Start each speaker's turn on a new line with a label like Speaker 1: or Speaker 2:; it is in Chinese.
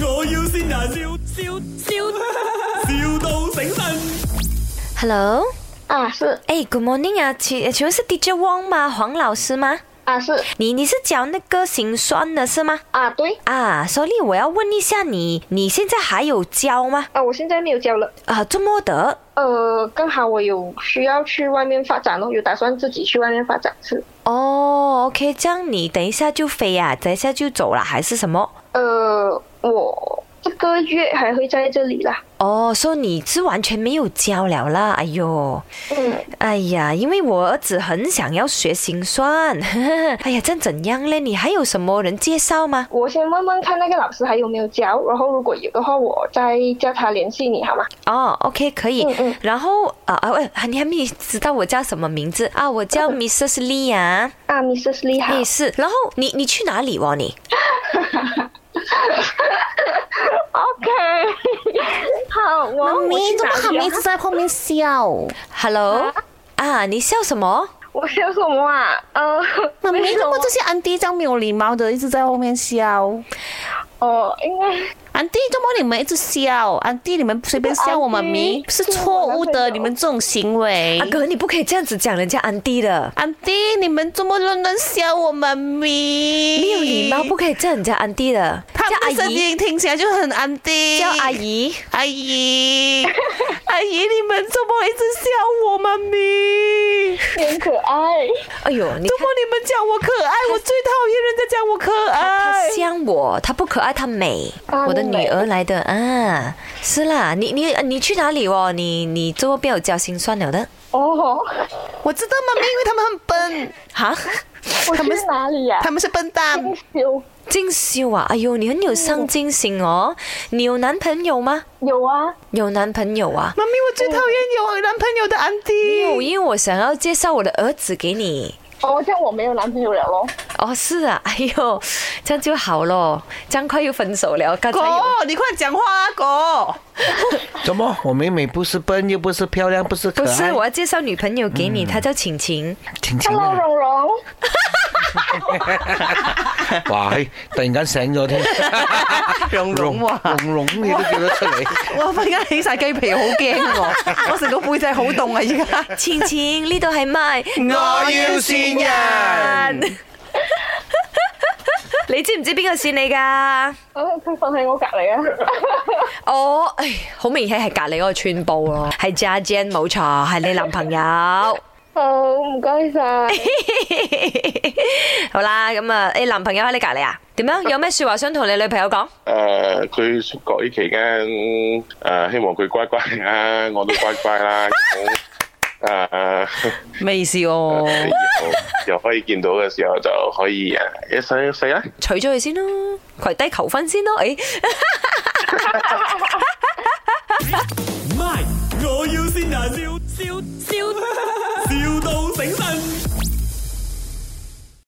Speaker 1: 要先人，笑笑笑，,笑到醒神。
Speaker 2: Hello，
Speaker 3: 啊，是
Speaker 2: 哎、g o o d morning 啊，请请问是 DJ Wong 吗？黄老师吗？
Speaker 3: 啊，是
Speaker 2: 你你是教那个心算的是吗？
Speaker 3: 啊，对
Speaker 2: 啊，sorry，我要问一下你，你现在还有教吗？
Speaker 3: 啊，我现在没有教了。
Speaker 2: 啊，这么的，
Speaker 3: 呃，刚好我有需要去外面发展咯，有打算自己去外面发展是。
Speaker 2: 哦，OK，这样你等一下就飞啊，等一下就走了还是什么？
Speaker 3: 呃，我这个月还会在这里啦。
Speaker 2: 哦，说你是完全没有教了啦，哎呦，
Speaker 3: 嗯，
Speaker 2: 哎呀，因为我儿子很想要学心算， 哎呀，这样怎样嘞？你还有什么人介绍吗？
Speaker 3: 我先问问看那个老师还有没有教，然后如果有的话，我再叫他联系你好吗？
Speaker 2: 哦，OK，可以。
Speaker 3: 嗯嗯
Speaker 2: 然后啊啊喂，啊你还没知道我叫什么名字啊？我叫 Mrs. Lee 啊，
Speaker 3: 啊，Mrs. Lee 好
Speaker 2: 也。是。然后你你去哪里哦？你
Speaker 3: OK，好，
Speaker 2: 啊
Speaker 3: 我
Speaker 4: 妈
Speaker 3: 我
Speaker 4: 咪，
Speaker 3: 去
Speaker 4: 怎
Speaker 3: 哪
Speaker 4: 么还
Speaker 3: 里
Speaker 4: 没一
Speaker 3: 啊？
Speaker 4: 直在后 面笑？
Speaker 2: ，Hello 啊，你笑什么？
Speaker 3: 我笑什么啊？呃，
Speaker 4: 妈咪，
Speaker 3: 没
Speaker 4: 怎
Speaker 3: 有
Speaker 4: 么这些安迪这样没有礼貌的，一直在后面笑？
Speaker 3: 哦，应该
Speaker 4: 安迪，怎么你们一直笑？安迪，你们随便笑我妈咪
Speaker 3: 安迪
Speaker 4: 是错误
Speaker 3: 是我男朋
Speaker 4: 的，
Speaker 3: 友
Speaker 4: 你们这种行为
Speaker 2: 阿。啊哥，你不可以这样子讲人家安迪的，
Speaker 4: 安迪，你们怎么乱乱笑我妈咪？
Speaker 2: 没有礼貌，不可以叫人家安迪的，
Speaker 4: 他
Speaker 2: 叫
Speaker 4: 们的
Speaker 2: 阿
Speaker 4: 声
Speaker 2: 姨，
Speaker 4: 音听起来就很安迪。
Speaker 2: 叫阿姨。
Speaker 4: 阿姨，阿姨，你们怎么一直笑我妈咪？
Speaker 3: 很可爱。
Speaker 2: 哎呦，你
Speaker 4: 怎
Speaker 2: 看
Speaker 4: 么你们讲我可爱？我最讨厌人家讲我可
Speaker 2: 她
Speaker 4: 爱。
Speaker 2: 像我，她不可爱，她美，
Speaker 3: 啊
Speaker 2: 我的
Speaker 3: 你
Speaker 2: 女
Speaker 3: 美
Speaker 2: 儿来的啊。是啦，你你你去哪里哦？你你这么不要交心算了的
Speaker 3: 哦，
Speaker 4: 我知道妈咪，因为他们很笨，
Speaker 2: 哈？
Speaker 3: 我去哪里呀、
Speaker 4: 他们是笨蛋。
Speaker 3: 有
Speaker 2: 金秀啊，哎呦，你很有上进心哦。你有男朋友吗？
Speaker 3: 有啊，
Speaker 2: 有男朋友啊？
Speaker 4: 妈咪，我最讨厌有男朋友的安
Speaker 2: 没有，
Speaker 4: 迪。
Speaker 2: 因为我想要介绍我的儿子给你。
Speaker 3: 哦，这样我没有男朋友了咯。
Speaker 2: 哦，是啊，哎呦，这样就好咯，这样快又分手了，刚才有。
Speaker 4: 狗，你快讲话啊，狗！
Speaker 5: 怎么？我妹妹不是笨，又不是漂亮，不是可
Speaker 2: 不
Speaker 5: 爱，
Speaker 2: 是，我要介绍女朋友给你，她叫晴晴。
Speaker 5: 晴晴
Speaker 3: Hello，
Speaker 5: 啊！
Speaker 3: 蓉蓉，
Speaker 5: 哇，嘿突然間醒咗添，
Speaker 4: 蓉蓉
Speaker 5: 蓉
Speaker 4: 哇，
Speaker 5: 蓉蓉你都叫得出嚟，
Speaker 4: 我忽然間起晒雞皮，好驚我，我成個背脊好凍啊！而家
Speaker 2: 晴晴呢度係咪？
Speaker 4: 嗯
Speaker 5: 我要線人。
Speaker 2: 你知唔知邊個線你㗎？
Speaker 3: 啊，佢瞓喺我隔離啊。
Speaker 2: 我唉，哎好明顯係隔離嗰個村部咯，係 j a j a n 冇錯，係你男朋友。
Speaker 3: 好，唔該晒。
Speaker 2: 好啦，咁啊，你男朋友喺你隔離啊？點 樣？有咩说話想同你女朋友講？
Speaker 6: 誒呃佢出國呢期間誒、希望佢乖乖啦，我都乖乖啦。咁誒
Speaker 4: 咩意思哦
Speaker 6: 以後 又可以見到嘅時候就可以呃誒一世一世啦。
Speaker 2: 娶咗佢先咯，跪低求婚先咯，诶、
Speaker 1: My，我要先人，笑笑笑，